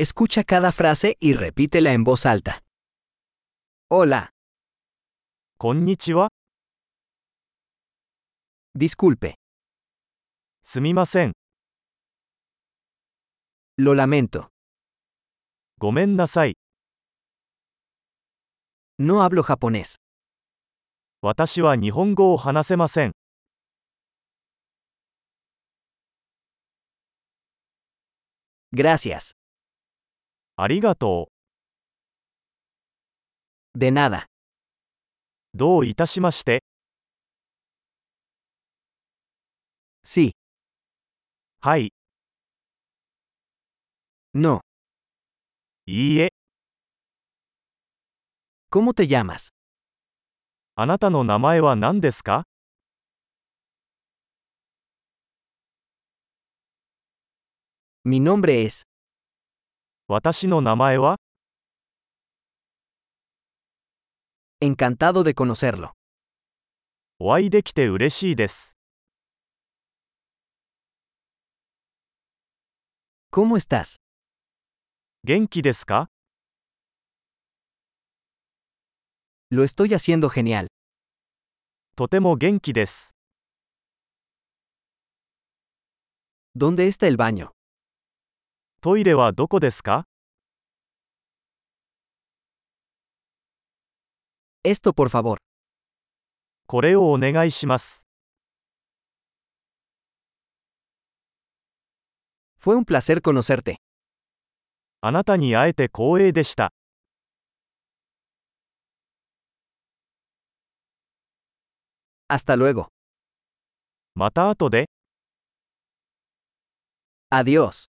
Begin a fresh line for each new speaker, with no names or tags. Escucha cada frase y repítela en voz alta. Hola,
こんにちは。
disculpe,
すみません。
lo lamento.
ごめんなさい。
No hablo japonés.
私は日本語を話せません。
Gracias.
ありがと
De nada.
う。どういたしまして。
Sí,
はい、
no.
いいえ。
¿Cómo te llamas?
あなたの名前は何ですか
Mi nombre es.
私の名前は
Encantado de conocerlo.
お会いできて嬉しいです。
¿Cómo estás?
元気ですか
Lo estoy haciendo genial.
とても元気です。
¿Dónde está el baño?
トイレはどこですか
Esto por favor.
これをお願いします。
Fue un placer conocerte.
あなたに会えて光栄でした。
Hasta luego.
また後で、
Adiós.